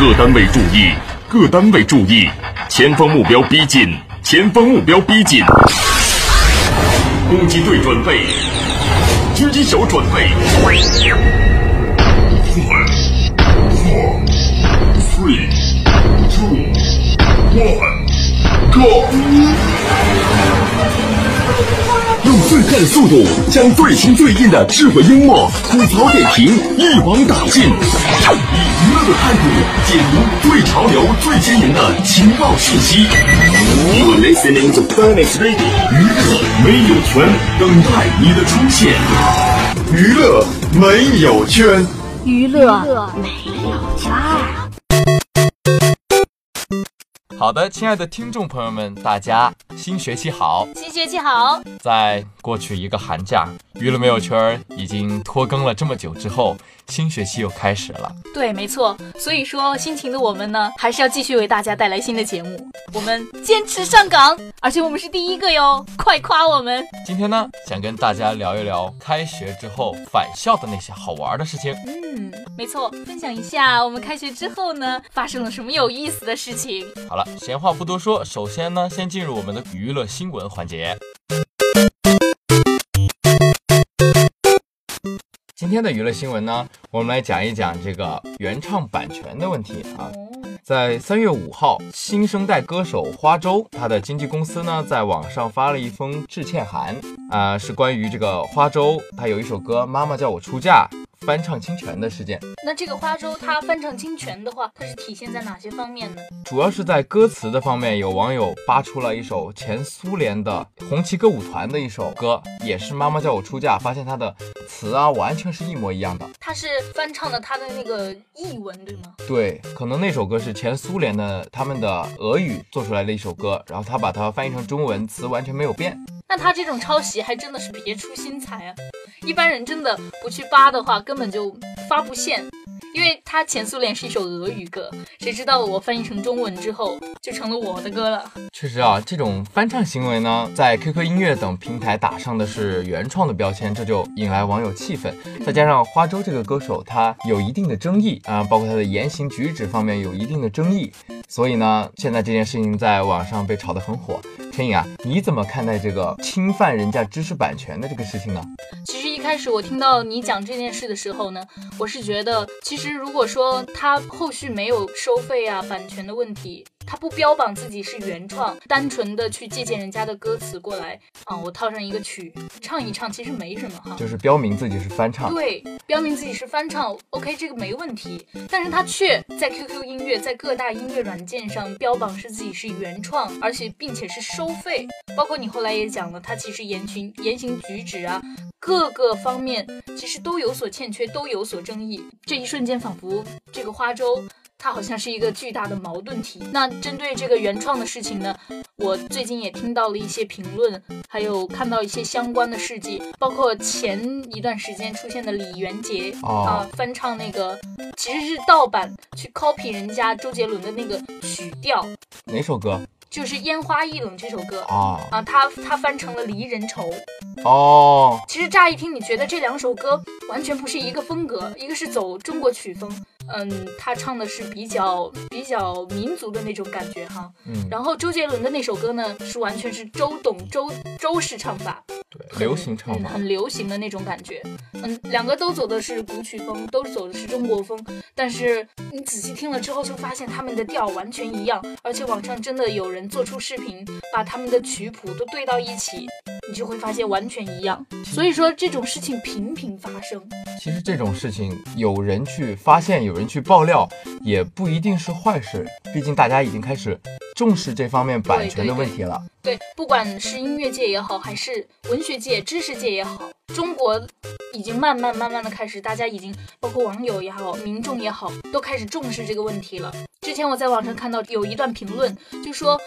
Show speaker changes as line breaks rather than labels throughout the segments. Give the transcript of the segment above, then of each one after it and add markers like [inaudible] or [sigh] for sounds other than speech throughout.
各单位注意，各单位注意，前方目标逼近，前方目标逼近。攻击队准备，狙击手准备。One, three, two, one, go！用最快的速度，将最新最硬的智慧英墨吐槽点评一网打尽，以娱乐的态度解读最潮流、最新颖的情报信息。You are listening to Phoenix Radio，娱乐没有圈，等待你的出现。娱乐没有圈。
娱乐
好的，亲爱的听众朋友们，大家新学期好！
新学期好，
在过去一个寒假，娱乐没有圈儿已经拖更了这么久之后，新学期又开始了。
对，没错。所以说，辛勤的我们呢，还是要继续为大家带来新的节目。我们坚持上岗，而且我们是第一个哟，快夸我们！
今天呢，想跟大家聊一聊开学之后返校的那些好玩的事情。
嗯，没错，分享一下我们开学之后呢，发生了什么有意思的事情。
好了，闲话不多说，首先呢，先进入我们的娱乐新闻环节。今天的娱乐新闻呢，我们来讲一讲这个原唱版权的问题
哦
啊。在三月五号，新生代歌手花粥，他的经纪公司呢，在网上发了一封致歉函，啊、是关于这个花粥，他有一首歌《妈妈叫我出嫁》翻唱侵权的事件。
那这个花粥它翻唱侵权的话，它是体现在哪些方面呢？
主要是在歌词的方面，有网友扒出了一首前苏联的红旗歌舞团的一首歌，也是《妈妈叫我出嫁》，发现它的词啊完全是一模一样的。
它是翻唱的它的那个译文，对吗？
对，可能那首歌是前苏联的他们的俄语做出来的一首歌，然后他把它翻译成中文，词完全没有变。
那他这种抄袭还真的是别出心裁啊！一般人真的不去扒的话，根本就发不现。因为他前苏联是一首俄语歌，谁知道我翻译成中文之后就成了我的歌了。
确实啊，这种翻唱行为呢，在 QQ 音乐等平台打上的是原创的标签，这就引来网友气愤。再加上花粥这个歌手，他有一定的争议啊、包括他的言行举止方面有一定的争议，所以呢，现在这件事情在网上被炒得很火。陈颖啊，你怎么看待这个侵犯人家知识版权的这个事情呢？
其实一开始我听到你讲这件事的时候呢，我是觉得，其实如果说他后续没有收费啊、版权的问题，他不标榜自己是原创，单纯的去借鉴人家的歌词过来啊，我套上一个曲唱一唱，其实没什么哈。
就是标明自己是翻唱，
对，标明自己是翻唱，OK，这个没问题。但是他却在 QQ 音乐、在各大音乐软件上标榜是自己是原创，而且并且是收费。包括你后来也讲了，他其实言行言行举止啊，各个方面其实都有所欠缺，都有所争议。这一瞬间，仿佛这个花粥。它好像是一个巨大的矛盾体。那针对这个原创的事情呢，我最近也听到了一些评论，还有看到一些相关的事迹，包括前一段时间出现的李元杰啊、
哦
翻唱那个其实是盗版去 copy 人家周杰伦的那个曲调，
哪首歌
就是《烟花易冷》这首歌。
啊？
啊，他他翻成了《离人愁》。
哦，
其实乍一听，你觉得这两首歌完全不是一个风格，一个是走中国曲风，嗯，他唱的是比较比较民族的那种感觉哈。
嗯，
然后周杰伦的那首歌呢，是完全是周董周周式唱法，
对，流行唱
嗯，
法，
很流行的那种感觉。嗯，两个都走的是古曲风，都走的是中国风，但是你仔细听了之后，就发现他们的调完全一样，而且网上真的有人做出视频，把他们的曲谱都对到一起，你就会发现完全一样。所以说这种事情频频发生。
其实这种事情，有人去发现，有人去爆料，也不一定是坏事。毕竟大家已经开始重视这方面版权的问题了。
对，不管是音乐界也好，还是文学界、知识界也好，中国已经慢慢慢慢的开始，大家已经包括网友也好，民众也好，都开始重视这个问题了。之前我在网上看到有一段评论，就说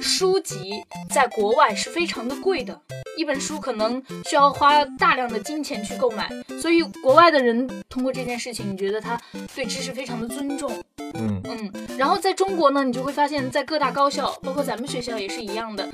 书籍在国外是非常的贵的，一本书可能需要花大量的金钱去购买，所以国外的人通过这件事情，你觉得他对知识非常的尊重，
嗯，
嗯，然后在中国呢，你就会发现，在各大高校，包括咱们学校也是一样的，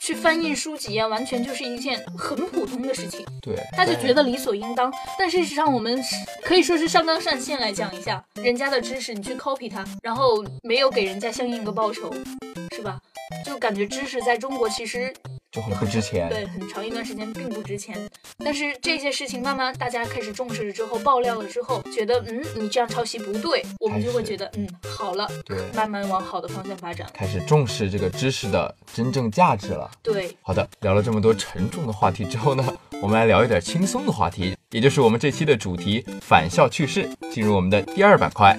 去翻印书籍啊，完全就是一件很普通的事情，
对，
他就觉得理所应当。但事实上，我们是可以说是上纲上线来讲一下人家的知识，你去 copy 他，然后没有给人家相应的报酬，是吧？就感觉知识在中国其实
就很不值钱，
对很长一段时间并不值钱，但是这些事情慢慢大家开始重视了之后，爆料了之后，觉得嗯你这样抄袭不对，我们就
还
会
是
觉得嗯好了，
对
慢慢往好的方向发展。
开始重视这个知识的真正价值了。
对，
好的，聊了这么多沉重的话题之后呢， [laughs] 我们来聊一点轻松的话题，也就是我们这期的主题“返校趣事”。进入我们的第二板块。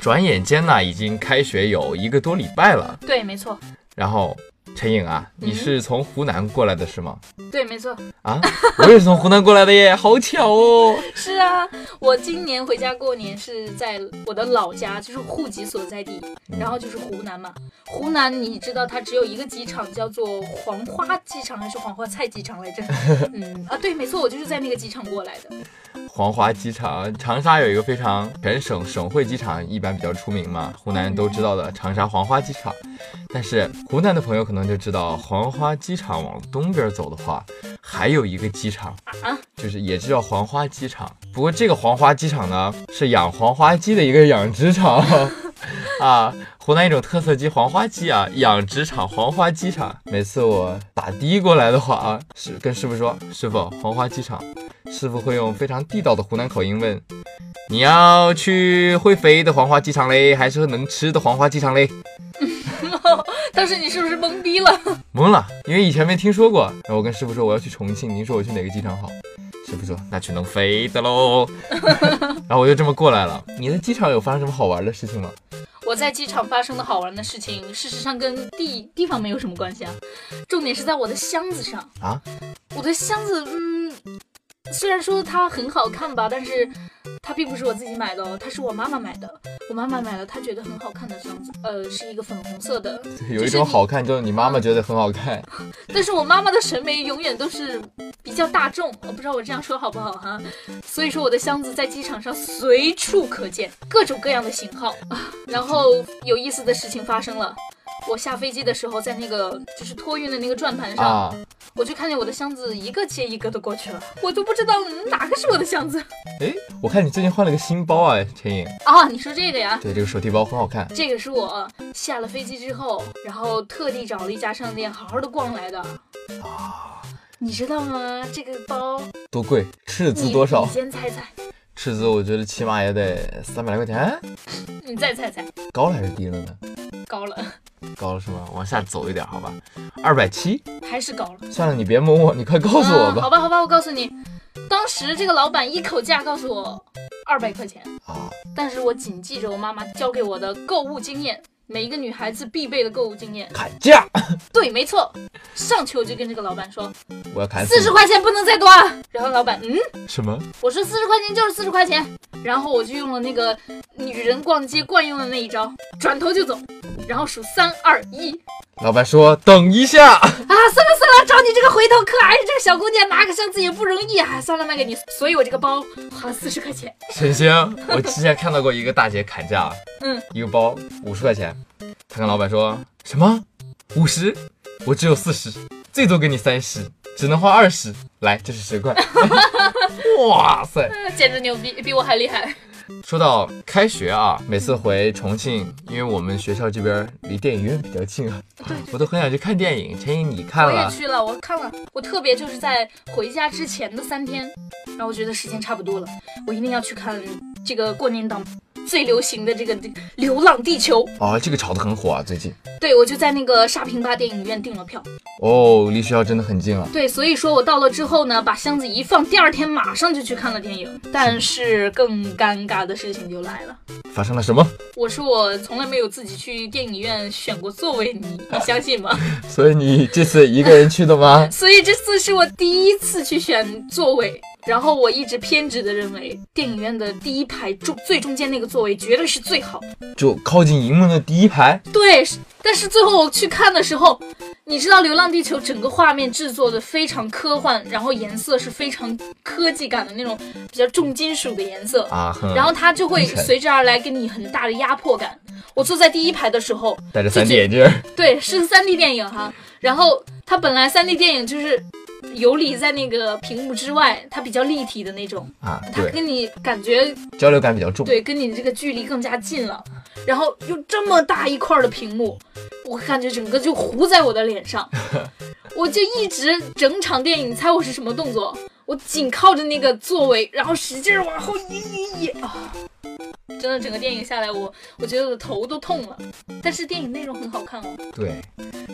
转眼间呢，已经开学有一个多礼拜了。
对，没错，
然后，陈颖啊，你
嗯
是从湖南过来的是吗？
对，没错，
啊， [laughs] 我也是从湖南过来的耶，好巧哦。
是啊，我今年回家过年是在我的老家，就是户籍所在地，然后就是湖南嘛。湖南你知道它只有一个机场，叫做黄花机场还是黄花菜机场来着？嗯啊，对，没错，我就是在那个机场过来的。 [laughs]
黄华机场，长沙有一个非常全省省会机场，一般比较出名嘛，湖南人都知道的长沙黄花机场。但是湖南的朋友可能就知道，黄花机场往东边走的话，还有一个机场，就是也叫黄花机场。不过这个黄花机场呢，是养黄花鸡的一个养殖场 [laughs] 啊。湖南一种特色鸡黄花鸡啊，养殖场黄花鸡场。每次我打的过来的话啊，是跟师傅说，师傅黄花鸡场，师傅会用非常地道的湖南口音问：“你要去会飞的黄花鸡场嘞，还是能吃的黄花鸡场嘞
当时你是不是懵逼了？？”
懵了，因为以前没听说过。然后我跟师傅说我要去重庆，您说我去哪个机场好？师傅说那去能飞的喽。 [laughs] 然后我就这么过来了。你在机场有发生什么好玩的事情吗？
我在机场发生的好玩的事情，事实上跟地地方没有什么关系啊，重点是在我的箱子上
啊。
我的箱子，嗯，虽然说它很好看吧，但是它并不是我自己买的哦，它是我妈妈买的。我妈妈买了，她觉得很好看的箱子，呃，是一个粉红色的。
[laughs] 有一种好看，就是你妈妈觉得很好看。
但是我妈妈的审美永远都是比较大众，我不知道我这样说好不好哈、所以说我的箱子在机场上随处可见，各种各样的型号。啊然后有意思的事情发生了，我下飞机的时候，在那个就是托运的那个转盘上，
啊，
我就看见我的箱子一个接一个的过去了，我都不知道嗯哪个是我的箱子 [laughs]
哎，我看你最近换了个新包啊，陈颖。
啊！你说这个呀？
对，这个手提包很好看。
这个是我下了飞机之后，然后特地找了一家商店好好的逛来的。你知道吗？这个包
多贵？斥资
你
多少
你？先猜猜，
斥资我觉得起码也得三百来块钱，
你再猜猜，
高了还是低了呢？
高了，
高了是吧？往下走一点，好吧？二百七。
还是高了。
算了，你别蒙我，你快告诉我
嗯好
吧。
吧，好吧，我告诉你，当时这个老板一口价告诉我二百块钱，
啊，
但是我谨记着我妈妈教给我的购物经验，每一个女孩子必备的购物经验。
砍价！
对，没错，上去我就跟这个老板说，
我要砍死
四
你
十。块钱不能再多啊。然后老板，嗯，
什么？
我说四十块钱就是四十块钱。然后我就用了那个女人逛街惯用的那一招，转头就走，然后数三二一
老板说等一下。
啊，算了算了，找你这个回头客，哎，这个小姑娘拿个箱子也不容易啊，算了卖给你。所以我这个包花了四十块钱， [laughs]
神仙，我之前看到过一个大姐砍价，啊
嗯，
一个包五十块钱，她跟老板说什么五十，我只有四十，最多给你三十，只能花二十，来，这是十
[laughs]
块。 [laughs] 哇塞！
啊简直牛逼，比我还厉害。
说到开学啊，每次回重庆，因为我们学校这边离电影院比较近啊，我都很想去看电影。陈颖，你看
我也
了？
去了，我看了，我特别就是在回家之前的三天，然后我觉得时间差不多了，我一定要去看这个过年档最流行的这个《流浪地球》。
哦，这个炒得很火啊，最近。
对，我就在那个沙坪坝电影院订了票。
哦，离学校真的很近了。
对，所以说我到了之后呢，把箱子一放，第二天马上就去看了电影。但是更尴尬的事情就来了，
发生了什么？
我是我从来没有自己去电影院选过座位，你你相信吗？？
所以你这次一个人去的吗 [laughs]
所以这次是我第一次去选座位。然后我一直偏执的认为，电影院的第一排中最中间那个座位绝对是最好的。
就靠近荧幕的第一排。
对，是但是最后我去看的时候，你知道《流浪地球》整个画面制作的非常科幻，然后颜色是非常科技感的那种比较重金属的颜色，
啊，哼
然后它就会
低沉
随之而来给你很大的压迫感。我坐在第一排的时候，
戴着
就
三 D
觉
眼镜儿，
对，是三 D 电影哈。然后它本来三 D 电影就是游离在那个屏幕之外，它比较立体的那种，
啊，
它
对，
跟你感觉
交流感比较重。
对，跟你这个距离更加近了。然后又这么大一块儿的屏幕，我感觉整个就糊在我的脸上，我就一直整场电影，你猜我是什么动作？我紧靠着那个座位，然后使劲儿往后移移移啊！真的，整个电影下来我，我觉得我的头都痛了。但是电影内容很好看哦。
对，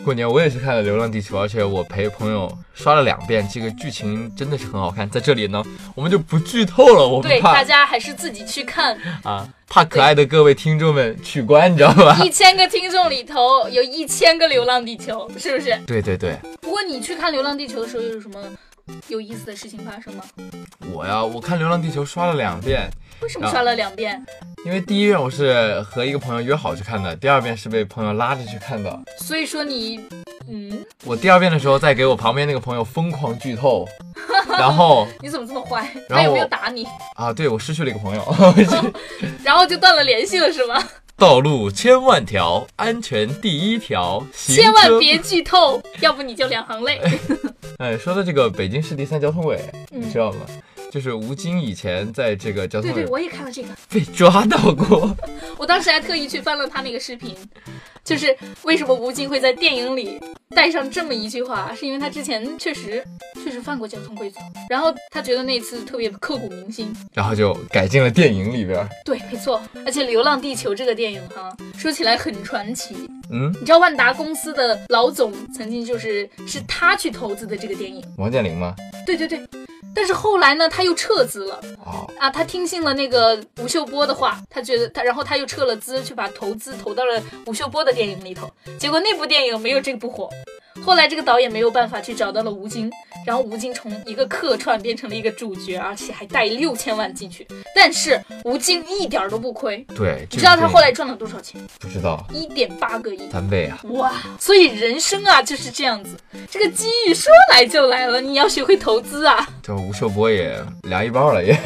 过年我也是看了《流浪地球》，而且我陪朋友刷了两遍，这个剧情真的是很好看。在这里呢，我们就不剧透了，我们
对，大
怕
家还是自己去看。 [laughs]
啊，怕可爱的各位听众们取关，你知道吧？
一千个听众里头有一千个《流浪地球》，是不是？
对对对，
不过你去看《流浪地球》的时候，有什么有意思的事情发生吗？
我呀，我看《流浪地球》刷了两遍，
为什么刷了两遍？
因为第一遍我是和一个朋友约好去看的，第二遍是被朋友拉着去看的。
所以说你，嗯，
我第二遍的时候再给我旁边那个朋友疯狂剧透，然
[laughs]
后
你怎么这么坏？
然后
他有没有
我
打你？
啊，对我失去了一个朋友， [laughs]
然后就断了联系了是吗？
道路千万条，安全第一条，行
千万
车
别剧透，要不你就两
[laughs]
行泪。
哎，说到这个北京市第三交通委，
嗯
你知道吗？就是吴京以前在这个交
对
通
对，
委
我也看了这个，
被抓到过，
我当时还特意去翻了他那个视频，就是为什么吴京会在电影里带上这么一句话，是因为他之前确实确实犯过交通规则，然后他觉得那次特别刻骨铭心。
然后就改进了电影里边儿。
对，没错，而且《流浪地球》这个电影哈，说起来很传奇，
嗯，
你知道万达公司的老总曾经就是是他去投资的这个电影，
王健林吗？
对对对。但是后来呢，他又撤资了
哦，
啊，他听信了那个吴秀波的话，他觉得他，然后他又撤了资，去把投资投到了吴秀波的电影里头，结果那部电影没有这部火。后来这个导演没有办法，去找到了吴京，然后吴京从一个客串变成了一个主角，而且还带六千万进去。但是吴京一点儿都不亏，
对，
你知道他后来
这
赚了多少钱？
个电影不知道
一点八个亿。
三倍啊？
哇，所以人生啊就是这样子，这个机遇说来就来了，你要学会投资啊。
这吴秀波也凉一半儿了也。 [laughs]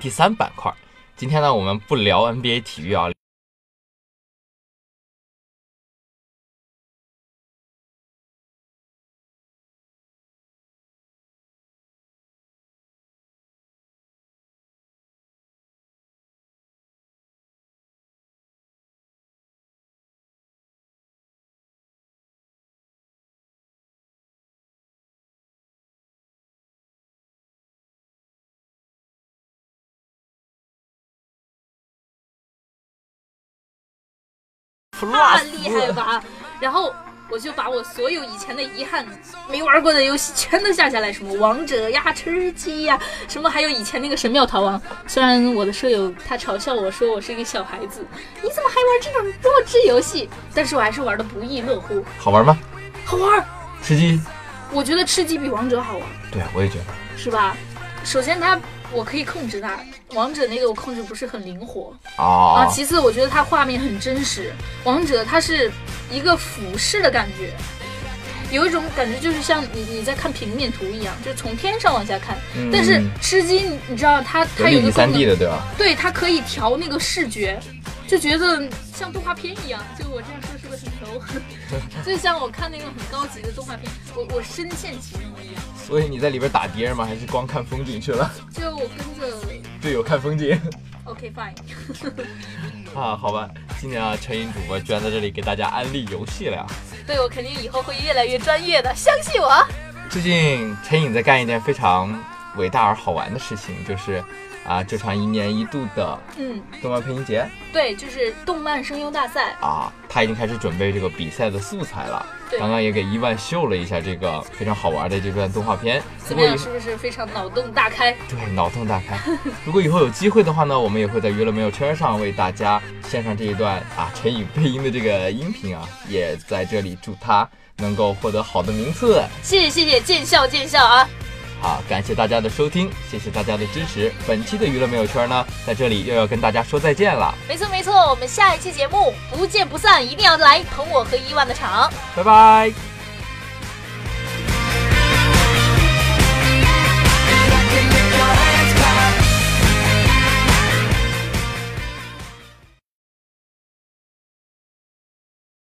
第三板块儿，今天呢我们不聊 NBA 体育啊，
啊，厉害吧？然后我就把我所有以前的遗憾、没玩过的游戏全都下下来，什么王者呀、吃鸡呀，什么还有以前那个神庙逃亡。虽然我的舍友他嘲笑我说我是一个小孩子，你怎么还玩这种弱智游戏？但是我还是玩的不亦乐乎，
好玩吗？
好玩儿。
吃鸡？
我觉得吃鸡比王者好玩。
对，我也觉得。
是吧？首先它我可以控制它，王者那个我控制不是很灵活啊。
哦，
其次我觉得它画面很真实，王者它是一个俯视的感觉。有一种感觉就是像你你在看平面图一样，就是从天上往下看。
嗯
但是吃鸡，你你知道它它
立
有一
体
个
三
功
D
能，
的对吧？
对它可以调那个视觉，就觉得像动画片一样。就我这样说是不是
[laughs]
很 low？就像我看那种很高级的动画片，我我深陷其中一样。
所以你在里边打敌人吗？还是光看风景去了？
就我跟着
队友看风景
OK fine，
啊？好吧，今年啊，陈云主播居然在这里给大家安利游戏了呀！
[laughs] 对我肯定以后会越来越专业的，相信我。
最近陈颖在干一件非常伟大而好玩的事情，就是啊，这场一年一度的
嗯，
动漫配音节
对，就是动漫声优大赛，
啊，他已经开始准备这个比赛的素材了。
对
刚刚也给伊万秀了一下这个非常好玩的这段动画片。
怎
如
么
果
样？
以
是不是非常脑洞大开？
对脑洞大开，如果以后有机会的话呢，我们也会在娱乐没有圈上为大家献上这一段啊陈宇配音的这个音频啊，也在这里祝他能够获得好的名次。
谢谢谢谢，见笑见笑啊！
好，感谢大家的收听，谢谢大家的支持。本期的娱乐没有圈呢，在这里又要跟大家说再见了，
没错没错，我们下一期节目不见不散，一定要来捧我和伊万的场。
拜拜。